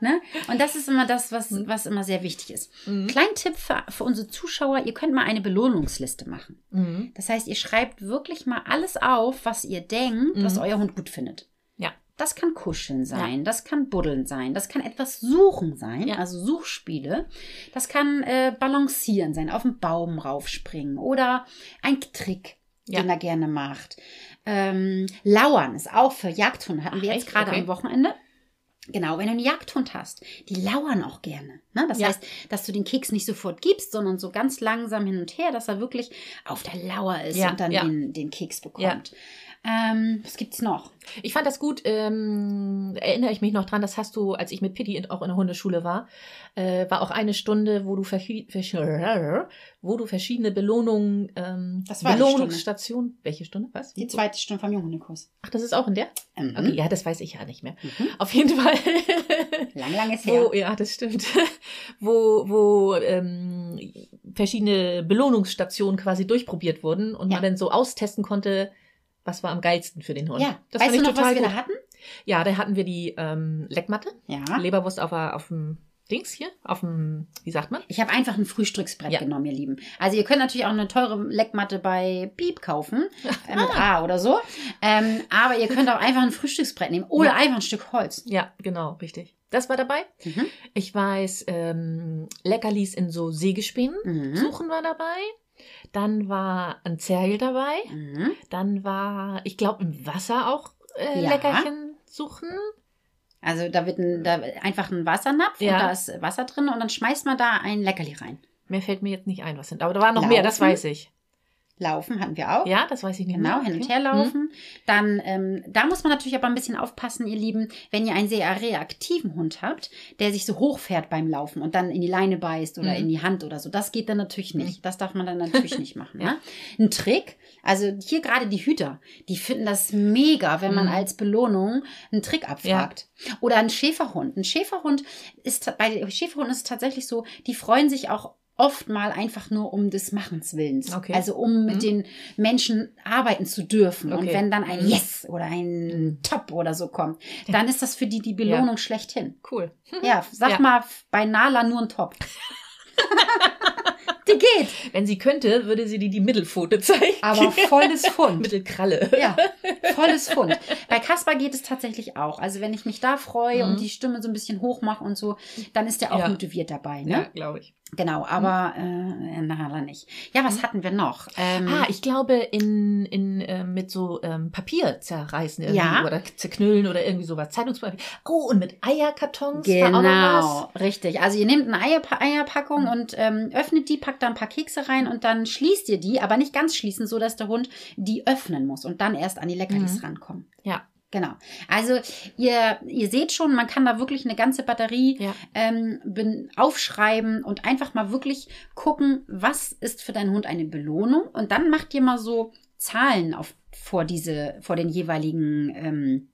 Speaker 1: ne? Und das ist immer das, was,
Speaker 2: Mhm.
Speaker 1: was immer sehr wichtig ist.
Speaker 2: Mhm.
Speaker 1: Klein Tipp für, für unsere Zuschauer, ihr könnt mal eine Belohnungsliste machen.
Speaker 2: Mhm.
Speaker 1: Das heißt, ihr schreibt wirklich mal alles auf, was ihr denkt, was
Speaker 2: Mhm.
Speaker 1: euer Hund gut findet.
Speaker 2: Ja.
Speaker 1: Das kann Kuscheln sein, das kann Buddeln sein, das kann etwas Suchen sein,
Speaker 2: Ja.
Speaker 1: also Suchspiele. Das kann äh, Balancieren sein, auf den Baum raufspringen oder ein Trick,
Speaker 2: Ja.
Speaker 1: den er gerne macht. Ähm, Lauern ist auch für Jagdhunde, hatten
Speaker 2: Ach,
Speaker 1: wir jetzt
Speaker 2: echt?
Speaker 1: gerade
Speaker 2: Okay.
Speaker 1: am Wochenende. Genau, wenn du einen Jagdhund hast, die lauern auch gerne. Ne? Das
Speaker 2: Ja.
Speaker 1: heißt, dass du den Keks nicht sofort gibst, sondern so ganz langsam hin und her, dass er wirklich auf der Lauer ist
Speaker 2: Ja,
Speaker 1: und dann
Speaker 2: ja.
Speaker 1: den, den Keks bekommt. Ähm, was gibt's noch?
Speaker 2: Ich fand das gut, ähm, erinnere ich mich noch dran, das hast du, als ich mit Pitti in, auch in der Hundeschule war, äh, war auch eine Stunde, wo du, verschi versch wo du verschiedene Belohnungen, ähm,
Speaker 1: Das war die
Speaker 2: Belohnungsstation, welche Stunde, was?
Speaker 1: Die zweite Stunde vom Junghundekurs.
Speaker 2: Ach, das ist auch in der?
Speaker 1: Mhm.
Speaker 2: Okay, ja, das weiß ich ja Oh, nicht mehr.
Speaker 1: Mhm.
Speaker 2: Auf jeden Fall,
Speaker 1: Lang, lang ist her.
Speaker 2: wo, ja, das stimmt, wo, wo ähm, verschiedene Belohnungsstationen quasi durchprobiert wurden und
Speaker 1: Ja.
Speaker 2: man dann so austesten konnte, was war am geilsten für den Hund.
Speaker 1: ja,
Speaker 2: das
Speaker 1: weißt
Speaker 2: fand
Speaker 1: du
Speaker 2: ich
Speaker 1: noch, was
Speaker 2: total
Speaker 1: wir
Speaker 2: gut.
Speaker 1: da hatten?
Speaker 2: Ja, da hatten wir die ähm, Leckmatte,
Speaker 1: Ja.
Speaker 2: Leberwurst auf, der- auf dem Dings hier, auf dem, wie sagt man?
Speaker 1: Ich habe einfach ein Frühstücksbrett
Speaker 2: Ja.
Speaker 1: genommen, ihr Lieben. Also ihr könnt natürlich auch eine teure Leckmatte bei Piep kaufen, äh, mit
Speaker 2: Ah.
Speaker 1: A oder so. Ähm, aber ihr könnt auch einfach ein Frühstücksbrett nehmen oder
Speaker 2: Ja.
Speaker 1: einfach ein Stück Holz.
Speaker 2: Ja, genau, richtig. Das war dabei.
Speaker 1: Mhm.
Speaker 2: Ich weiß, ähm, Leckerlis in so Sägespänen
Speaker 1: Mhm.
Speaker 2: suchen war dabei. Dann war ein Zergel dabei.
Speaker 1: Mhm.
Speaker 2: Dann war, ich glaube, im Wasser auch äh,
Speaker 1: Ja.
Speaker 2: Leckerchen suchen.
Speaker 1: Also da wird ein, da einfach ein Wassernapf
Speaker 2: Ja.
Speaker 1: und da ist Wasser drin und dann schmeißt man da ein Leckerli rein.
Speaker 2: Mir fällt mir jetzt nicht ein, was sind. Aber da war noch mehr, das
Speaker 1: Laufen.
Speaker 2: weiß ich.
Speaker 1: Laufen hatten wir auch.
Speaker 2: Ja, das weiß ich nicht
Speaker 1: Genau,
Speaker 2: mehr.
Speaker 1: hin und
Speaker 2: ne? Okay. Mhm. Hm,
Speaker 1: her laufen. Dann, ähm, da muss man natürlich aber ein bisschen aufpassen, ihr Lieben, wenn ihr einen sehr reaktiven Hund habt, der sich so hochfährt beim Laufen und dann in die Leine beißt oder
Speaker 2: Mhm.
Speaker 1: in die Hand oder so. Das geht dann natürlich nicht. Das darf man dann natürlich nicht machen.
Speaker 2: Ja.
Speaker 1: Ne? Ein Trick, also hier gerade die Hüter, die finden das mega, wenn man
Speaker 2: Mhm.
Speaker 1: als Belohnung einen Trick abfragt. Oder ein Schäferhund. Ein Schäferhund ist, ta- bei Schäferhunden ist es tatsächlich so, die freuen sich auch oft mal einfach nur um des Machens Willens.
Speaker 2: Okay.
Speaker 1: Also um mit
Speaker 2: Mhm.
Speaker 1: den Menschen arbeiten zu dürfen. Und
Speaker 2: Okay.
Speaker 1: wenn dann ein
Speaker 2: Mhm.
Speaker 1: Yes oder ein Top oder so kommt,
Speaker 2: Ja.
Speaker 1: dann ist das für die die Belohnung schlechthin.
Speaker 2: Cool.
Speaker 1: Ja, sag
Speaker 2: Ja.
Speaker 1: mal bei Nala nur ein Top. die geht,
Speaker 2: Wenn sie könnte, würde sie dir die Mittelpfote zeigen.
Speaker 1: aber volles Fund.
Speaker 2: Mittelkralle.
Speaker 1: Ja, volles Fund. Bei Kasper geht es tatsächlich auch. Also wenn ich mich da freue
Speaker 2: Mhm.
Speaker 1: und die Stimme so ein bisschen hoch mache und so, dann ist der auch
Speaker 2: Ja.
Speaker 1: motiviert dabei. Ne?
Speaker 2: Ja, glaube ich.
Speaker 1: Genau, aber äh, Nala nicht. Ja, was
Speaker 2: Mhm.
Speaker 1: hatten wir noch? Ähm,
Speaker 2: Ah, ich glaube, in, in, ähm, mit so ähm, Papier zerreißen irgendwie
Speaker 1: Ja.
Speaker 2: oder zerknüllen oder irgendwie sowas. Zeitungspapier. Oh, und mit Eierkartons war auch noch was.
Speaker 1: Genau, richtig. Also ihr nehmt eine Eierpa
Speaker 2: Mhm.
Speaker 1: Eierpackung und ähm, öffnet die, packt da ein paar Kekse rein und dann schließt ihr die, aber nicht ganz schließen, so dass der Hund die öffnen muss und dann erst an die Leckerlis
Speaker 2: Mhm.
Speaker 1: rankommen.
Speaker 2: Ja.
Speaker 1: Genau. Also ihr, ihr seht schon, man kann da wirklich eine ganze Batterie
Speaker 2: Ja.
Speaker 1: ähm, bin, aufschreiben und einfach mal wirklich gucken, was ist für deinen Hund eine Belohnung. Und dann macht ihr mal so Zahlen auf, vor diese, vor den jeweiligen, ähm,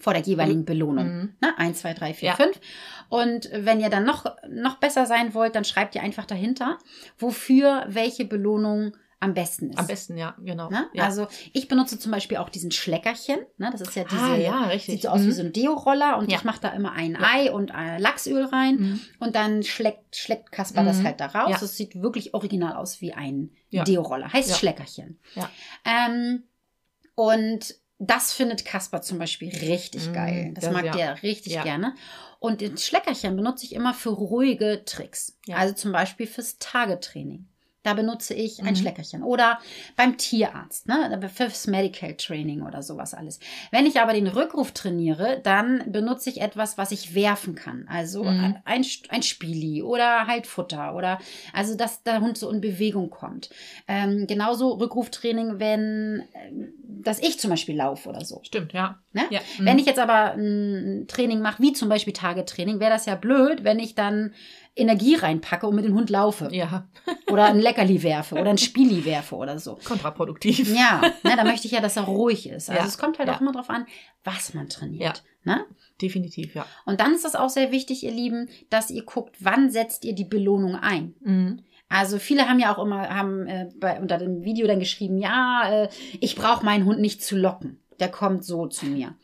Speaker 1: vor der jeweiligen Belohnung.
Speaker 2: Mhm.
Speaker 1: Ne? 1, 2, 3, 4,
Speaker 2: Ja.
Speaker 1: 5. Und wenn ihr dann noch, noch besser sein wollt, dann schreibt ihr einfach dahinter, wofür welche Belohnung am besten ist.
Speaker 2: Am besten, ja, genau.
Speaker 1: Ne?
Speaker 2: Ja.
Speaker 1: Also ich benutze zum Beispiel auch diesen Schleckerchen. Ne? Das ist ja diese,
Speaker 2: ah, ja, richtig.
Speaker 1: sieht so aus wie so ein Deo-Roller und
Speaker 2: Ja.
Speaker 1: ich mache da immer ein
Speaker 2: Ja.
Speaker 1: Ei und äh, Lachsöl rein
Speaker 2: Mhm.
Speaker 1: und dann schlägt, schlägt Kasper
Speaker 2: Mhm.
Speaker 1: das halt da raus.
Speaker 2: Ja.
Speaker 1: Das sieht wirklich original aus wie ein
Speaker 2: Ja.
Speaker 1: Deo-Roller. Heißt
Speaker 2: Ja.
Speaker 1: Schleckerchen.
Speaker 2: Ja.
Speaker 1: Ähm, und das findet Kasper zum Beispiel richtig
Speaker 2: Mhm,
Speaker 1: geil. Das,
Speaker 2: das
Speaker 1: mag
Speaker 2: ja.
Speaker 1: der richtig
Speaker 2: Ja.
Speaker 1: gerne. Und den Schleckerchen benutze ich immer für ruhige Tricks.
Speaker 2: Ja.
Speaker 1: Also zum Beispiel fürs Tagetraining. Da benutze ich ein
Speaker 2: Mhm.
Speaker 1: Schleckerchen. Oder beim Tierarzt, ne? fürs Medical Training oder sowas alles. Wenn ich aber den Rückruf trainiere, dann benutze ich etwas, was ich werfen kann. Also
Speaker 2: Mhm.
Speaker 1: ein, St- ein Spieli oder halt Futter oder also, dass der Hund so in Bewegung kommt. Ähm, genauso Rückruftraining, wenn ähm, dass ich zum Beispiel laufe oder so.
Speaker 2: Stimmt, ja.
Speaker 1: Ne?
Speaker 2: ja. Mhm.
Speaker 1: Wenn ich jetzt aber ein Training mache, wie zum Beispiel Tagetraining, wäre das ja blöd, wenn ich dann Energie reinpacke und mit dem Hund laufe
Speaker 2: ja,
Speaker 1: oder ein Leckerli werfe oder ein Spieli werfe oder so.
Speaker 2: kontraproduktiv.
Speaker 1: Ja, ne, da möchte ich ja, dass er ruhig ist. Also
Speaker 2: Ja,
Speaker 1: es kommt halt
Speaker 2: ja.
Speaker 1: auch immer drauf an, was man trainiert. Ne?
Speaker 2: Definitiv, ja.
Speaker 1: Und dann ist es auch sehr wichtig, ihr Lieben, dass ihr guckt, wann setzt ihr die Belohnung ein.
Speaker 2: Mhm.
Speaker 1: Also viele haben ja auch immer haben äh, bei, unter dem Video dann geschrieben, ja, äh, ich brauche meinen Hund nicht zu locken. Der kommt so zu mir.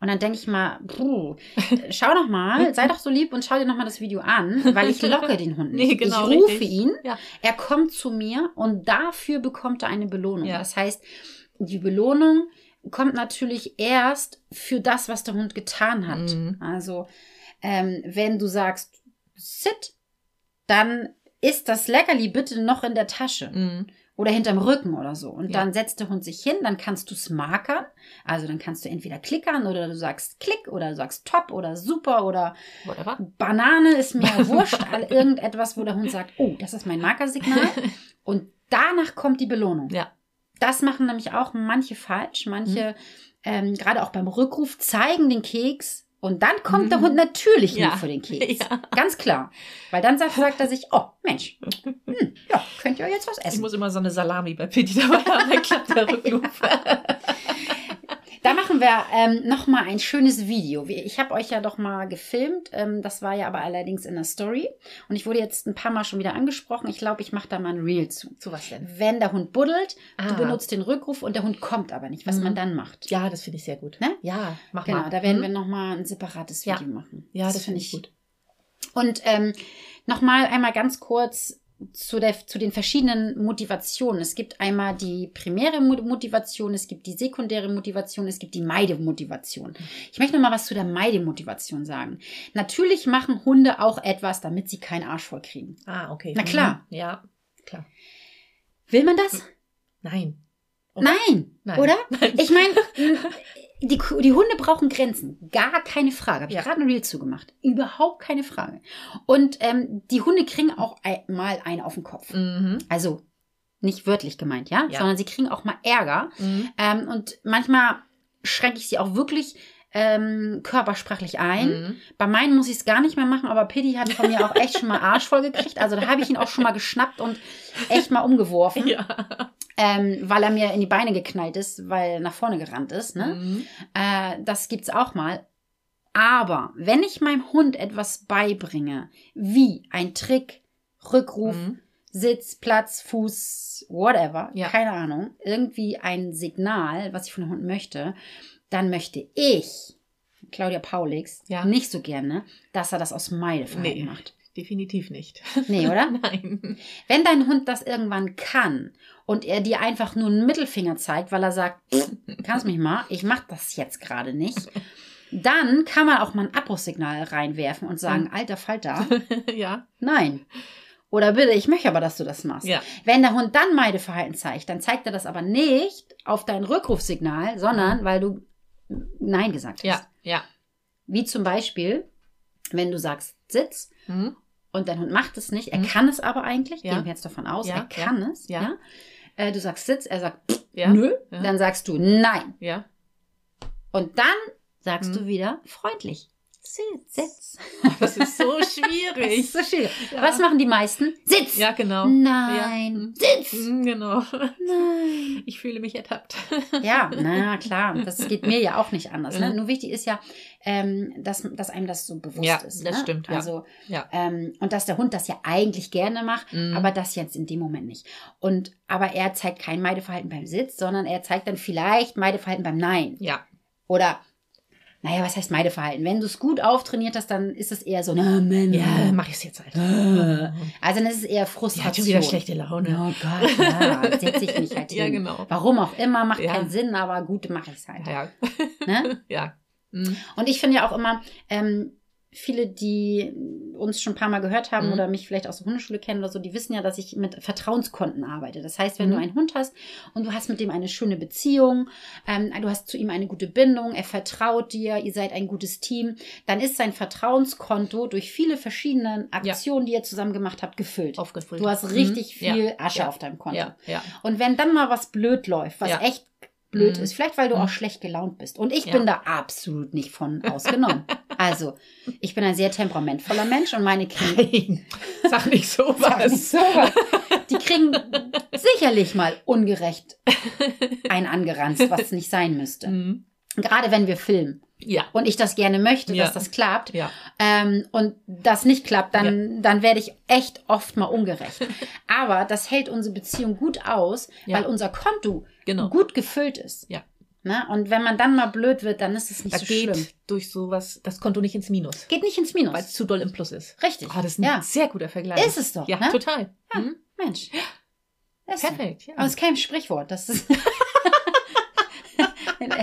Speaker 1: Und dann denke ich mal, puh, äh, schau noch mal, sei doch so lieb und schau dir noch mal das Video an, weil ich locke den Hund nicht.
Speaker 2: Nee, genau,
Speaker 1: ich rufe
Speaker 2: richtig.
Speaker 1: ihn,
Speaker 2: Ja.
Speaker 1: er kommt zu mir und dafür bekommt er eine Belohnung.
Speaker 2: Ja.
Speaker 1: Das heißt, die Belohnung kommt natürlich erst für das, was der Hund getan hat.
Speaker 2: Mhm.
Speaker 1: Also, ähm, wenn du sagst, sit, dann ist das Leckerli bitte noch in der Tasche
Speaker 2: Mhm.
Speaker 1: oder hinterm Rücken oder so. Und
Speaker 2: Ja.
Speaker 1: dann setzt der Hund sich hin, dann kannst du es markern. Also dann kannst du entweder klickern oder du sagst Klick oder du sagst Top oder Super oder
Speaker 2: Whatever.
Speaker 1: Banane ist mir wurscht. all- Irgendetwas, wo der Hund sagt, oh, das ist mein Markersignal. Und danach kommt die Belohnung.
Speaker 2: Ja.
Speaker 1: Das machen nämlich auch manche falsch. Manche,
Speaker 2: Mhm.
Speaker 1: ähm, gerade auch beim Rückruf, zeigen den Keks und dann kommt der
Speaker 2: Mhm.
Speaker 1: Hund natürlich
Speaker 2: Ja.
Speaker 1: nur für den Keks.
Speaker 2: Ja.
Speaker 1: Ganz klar. Weil dann sagt, sagt er sich, oh Mensch, hm, ja, könnt ihr jetzt was
Speaker 2: Ich
Speaker 1: essen.
Speaker 2: muss immer so eine Salami bei Pitti dabei haben, dann klappt der Rückruf.
Speaker 1: Da machen wir ähm, nochmal ein schönes Video. Wir- Ich habe euch ja doch mal gefilmt. Ähm, das war ja aber allerdings in der Story. Und ich wurde jetzt ein paar Mal schon wieder angesprochen. Ich glaube, ich mache da mal ein Reel zu.
Speaker 2: Zu was denn?
Speaker 1: Wenn der Hund buddelt,
Speaker 2: Ah.
Speaker 1: du benutzt den Rückruf und der Hund kommt aber nicht, was
Speaker 2: Mhm.
Speaker 1: man dann macht.
Speaker 2: Ja, das finde ich sehr gut.
Speaker 1: Ne?
Speaker 2: Ja, mach
Speaker 1: Genau,
Speaker 2: mal.
Speaker 1: da werden
Speaker 2: Mhm.
Speaker 1: wir nochmal ein separates
Speaker 2: Ja.
Speaker 1: Video machen.
Speaker 2: Ja, das, finde ich
Speaker 1: gut.
Speaker 2: gut.
Speaker 1: Und ähm, nochmal einmal ganz kurz zu, der, zu den verschiedenen Motivationen. Es gibt einmal die primäre Mo- Motivation, es gibt die sekundäre Motivation, es gibt die Meidemotivation. Ich möchte noch mal was zu der Meidemotivation sagen. Natürlich machen Hunde auch etwas, damit sie keinen Arsch voll kriegen.
Speaker 2: Ah, okay.
Speaker 1: Na klar.
Speaker 2: Mhm. Ja, klar.
Speaker 1: Will man das?
Speaker 2: Nein. Oh.
Speaker 1: Nein,
Speaker 2: Nein.
Speaker 1: oder?
Speaker 2: Nein.
Speaker 1: Ich meine, die, Kuh- die Hunde brauchen Grenzen. Gar keine Frage. Habe ich
Speaker 2: Ja.
Speaker 1: gerade ein Reel zugemacht. Überhaupt keine Frage. Und ähm, die Hunde kriegen auch ein- mal einen auf den Kopf.
Speaker 2: Mhm.
Speaker 1: Also nicht wörtlich gemeint, ja?
Speaker 2: Ja.
Speaker 1: Sondern sie kriegen auch mal Ärger.
Speaker 2: Mhm.
Speaker 1: Ähm, und manchmal schränke ich sie auch wirklich ähm, körpersprachlich ein.
Speaker 2: Mhm.
Speaker 1: Bei meinen muss ich es gar nicht mehr machen, aber Piddy hat von mir auch echt schon mal Arsch voll gekriegt. Also da habe ich ihn auch schon mal geschnappt und echt mal umgeworfen
Speaker 2: Ja.
Speaker 1: ähm, weil er mir in die Beine geknallt ist, weil er nach vorne gerannt ist. Ne?
Speaker 2: Mhm.
Speaker 1: Äh, das gibt's auch mal. Aber wenn ich meinem Hund etwas beibringe, wie ein Trick, Rückruf,
Speaker 2: Mhm.
Speaker 1: Sitz, Platz, Fuß, whatever,
Speaker 2: Ja.
Speaker 1: keine Ahnung, irgendwie ein Signal, was ich von dem Hund möchte, dann möchte ich, Claudia Paulix,
Speaker 2: Ja.
Speaker 1: nicht so gerne, dass er das aus Meideverhalten
Speaker 2: Nee.
Speaker 1: macht.
Speaker 2: Definitiv nicht.
Speaker 1: Nee, oder?
Speaker 2: Nein.
Speaker 1: Wenn dein Hund das irgendwann kann und er dir einfach nur einen Mittelfinger zeigt, weil er sagt, "Pff, kannst mich mal, ich mach das jetzt gerade nicht, dann kann man auch mal ein Abbruchssignal reinwerfen und sagen,
Speaker 2: Mhm.
Speaker 1: alter Falter,
Speaker 2: ja.
Speaker 1: nein. Oder bitte, ich möchte aber, dass du das machst.
Speaker 2: Ja.
Speaker 1: Wenn der Hund dann Meideverhalten zeigt, dann zeigt er das aber nicht auf dein Rückrufsignal, sondern weil du Nein gesagt hast.
Speaker 2: Ja. Ja.
Speaker 1: Wie zum Beispiel, wenn du sagst, sitz,
Speaker 2: Mhm.
Speaker 1: und dein Hund macht es nicht, er
Speaker 2: Mhm.
Speaker 1: kann es aber eigentlich,
Speaker 2: Ja.
Speaker 1: gehen wir jetzt davon aus,
Speaker 2: Ja,
Speaker 1: er kann es, ja.
Speaker 2: ja.
Speaker 1: Äh, Du sagst Sitz, er sagt pff,
Speaker 2: Ja.
Speaker 1: nö,
Speaker 2: Ja.
Speaker 1: dann sagst du nein.
Speaker 2: Ja.
Speaker 1: Und dann sagst
Speaker 2: Mhm.
Speaker 1: du wieder freundlich. Sitz. Sitz.
Speaker 2: Das ist so
Speaker 1: Das
Speaker 2: schwierig.
Speaker 1: ist so schwierig.
Speaker 2: Ja.
Speaker 1: Was machen die meisten? Sitz!
Speaker 2: Ja, genau.
Speaker 1: Nein. Sitz!
Speaker 2: Mhm, Genau.
Speaker 1: Nein.
Speaker 2: Ich fühle mich ertappt.
Speaker 1: Ja, na klar, das geht mir ja auch nicht anders. Ne?
Speaker 2: Mhm.
Speaker 1: Nur wichtig ist ja, ähm, dass, dass einem das so bewusst
Speaker 2: Ja,
Speaker 1: ist.
Speaker 2: das
Speaker 1: ne?
Speaker 2: stimmt, ja.
Speaker 1: Also,
Speaker 2: Ja.
Speaker 1: Ähm, und dass der Hund das ja eigentlich gerne macht,
Speaker 2: Mhm.
Speaker 1: aber das jetzt in dem Moment nicht. Und aber er zeigt kein Meideverhalten beim Sitz, sondern er zeigt dann vielleicht Meideverhalten beim Nein.
Speaker 2: Ja.
Speaker 1: Oder naja, was heißt Meideverhalten? Wenn du es gut auftrainiert hast, dann ist es eher so, na Mann.
Speaker 2: Ja, mach ich es jetzt halt.
Speaker 1: Äh. Also dann ist es eher
Speaker 2: Ich
Speaker 1: Frustration.
Speaker 2: hatte wieder schlechte Laune.
Speaker 1: Oh Gott, ja, setze ich mich halt hin.
Speaker 2: Ja, genau.
Speaker 1: Warum auch immer, macht
Speaker 2: Ja.
Speaker 1: keinen Sinn, aber gut, mache ich es halt.
Speaker 2: Ja.
Speaker 1: Ne?
Speaker 2: ja. Mhm.
Speaker 1: Und ich finde ja auch immer, ähm, viele, die uns schon ein paar Mal gehört haben
Speaker 2: Mhm.
Speaker 1: oder mich vielleicht aus der Hundeschule kennen oder so, die wissen ja, dass ich mit Vertrauenskonten arbeite. Das heißt, wenn
Speaker 2: Mhm.
Speaker 1: du einen Hund hast und du hast mit dem eine schöne Beziehung, ähm, du hast zu ihm eine gute Bindung, er vertraut dir, ihr seid ein gutes Team, dann ist sein Vertrauenskonto durch viele verschiedene Aktionen, die ihr zusammen gemacht habt, gefüllt.
Speaker 2: Aufgefüllt.
Speaker 1: Du hast richtig
Speaker 2: Mhm.
Speaker 1: viel Asche
Speaker 2: Ja.
Speaker 1: auf deinem Konto.
Speaker 2: Ja. Ja.
Speaker 1: Und wenn dann mal was blöd läuft, was
Speaker 2: Ja.
Speaker 1: echt blöd
Speaker 2: Mhm.
Speaker 1: ist, vielleicht weil du
Speaker 2: Mhm.
Speaker 1: auch schlecht gelaunt bist. Und ich
Speaker 2: Ja.
Speaker 1: bin da absolut nicht von ausgenommen. also, ich bin ein sehr temperamentvoller Mensch und meine kriegen
Speaker 2: Nein. Sag nicht sowas.
Speaker 1: so, die kriegen sicherlich mal ungerecht ein angeranzt, was nicht sein müsste.
Speaker 2: Mhm.
Speaker 1: Gerade wenn wir filmen
Speaker 2: Ja.
Speaker 1: und ich das gerne möchte,
Speaker 2: Ja.
Speaker 1: dass das klappt,
Speaker 2: Ja.
Speaker 1: ähm, und das nicht klappt, dann, dann werde ich echt oft mal ungerecht. Aber das hält unsere Beziehung gut aus,
Speaker 2: Ja.
Speaker 1: weil unser Konto
Speaker 2: Genau.
Speaker 1: gut gefüllt ist.
Speaker 2: Ja.
Speaker 1: Ne? Und wenn man dann mal blöd wird, dann ist es nicht
Speaker 2: Da
Speaker 1: so
Speaker 2: geht
Speaker 1: schlimm.
Speaker 2: durch sowas das Konto nicht ins Minus,
Speaker 1: Geht nicht ins
Speaker 2: weil es
Speaker 1: Minus.
Speaker 2: zu doll im Plus ist.
Speaker 1: Richtig.
Speaker 2: Oh, das ist ein
Speaker 1: ja.
Speaker 2: sehr guter Vergleich.
Speaker 1: Ist es doch,
Speaker 2: Ja,
Speaker 1: ne?
Speaker 2: total.
Speaker 1: Ja.
Speaker 2: Mhm.
Speaker 1: Mensch. Das ist
Speaker 2: Perfekt. Ja.
Speaker 1: aber es ist kein Sprichwort. Das ist Und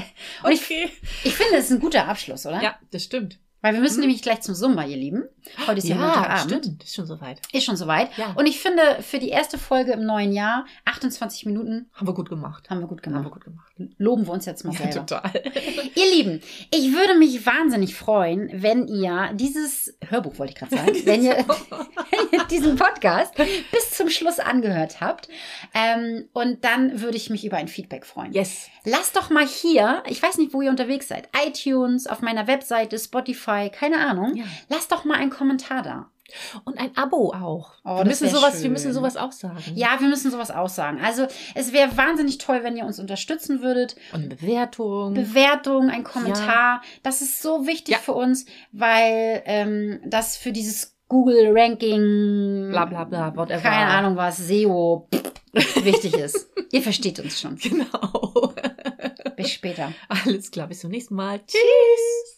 Speaker 1: ich,
Speaker 2: Okay.
Speaker 1: ich finde, es ist ein guter Abschluss, oder?
Speaker 2: Ja, das stimmt.
Speaker 1: Weil wir müssen nämlich gleich zum Sumba, ihr Lieben. Heute ist ja,
Speaker 2: Ja,
Speaker 1: Montagabend.
Speaker 2: stimmt. Ist schon soweit.
Speaker 1: Ist schon soweit.
Speaker 2: Ja.
Speaker 1: Und ich finde, für die erste Folge im neuen Jahr, 28 Minuten,
Speaker 2: Haben wir gut gemacht.
Speaker 1: haben wir gut
Speaker 2: Haben wir
Speaker 1: gemacht.
Speaker 2: gut gemacht.
Speaker 1: Loben Genau. wir uns jetzt mal
Speaker 2: Ja,
Speaker 1: selber.
Speaker 2: total.
Speaker 1: Ihr Lieben, ich würde mich wahnsinnig freuen, wenn ihr dieses Hörbuch, wollte ich gerade sagen, wenn ihr, wenn ihr diesen Podcast bis zum Schluss angehört habt. Ähm, und dann würde ich mich über ein Feedback freuen.
Speaker 2: Yes.
Speaker 1: Lasst doch mal hier, ich weiß nicht, wo ihr unterwegs seid, iTunes, auf meiner Webseite, Spotify, keine Ahnung.
Speaker 2: Ja.
Speaker 1: Lasst doch mal einen Kommentar da.
Speaker 2: Und ein Abo auch.
Speaker 1: Oh,
Speaker 2: wir,
Speaker 1: das
Speaker 2: müssen
Speaker 1: wär
Speaker 2: sowas, wir
Speaker 1: schön.
Speaker 2: müssen sowas auch sagen.
Speaker 1: Ja, wir müssen sowas aussagen. Also es wäre wahnsinnig toll, wenn ihr uns unterstützen würdet.
Speaker 2: Und eine Bewertung.
Speaker 1: Bewertung, ein Kommentar. Das ist so wichtig
Speaker 2: Mhm. Ja.
Speaker 1: für uns, weil ähm, das für dieses Google Ranking,
Speaker 2: Bla, bla, bla, whatever.
Speaker 1: keine Ahnung was, SEO pff, wichtig ist. Ihr versteht uns schon.
Speaker 2: genau.
Speaker 1: Bis später.
Speaker 2: Alles klar. Bis zum nächsten Mal. Tschüss.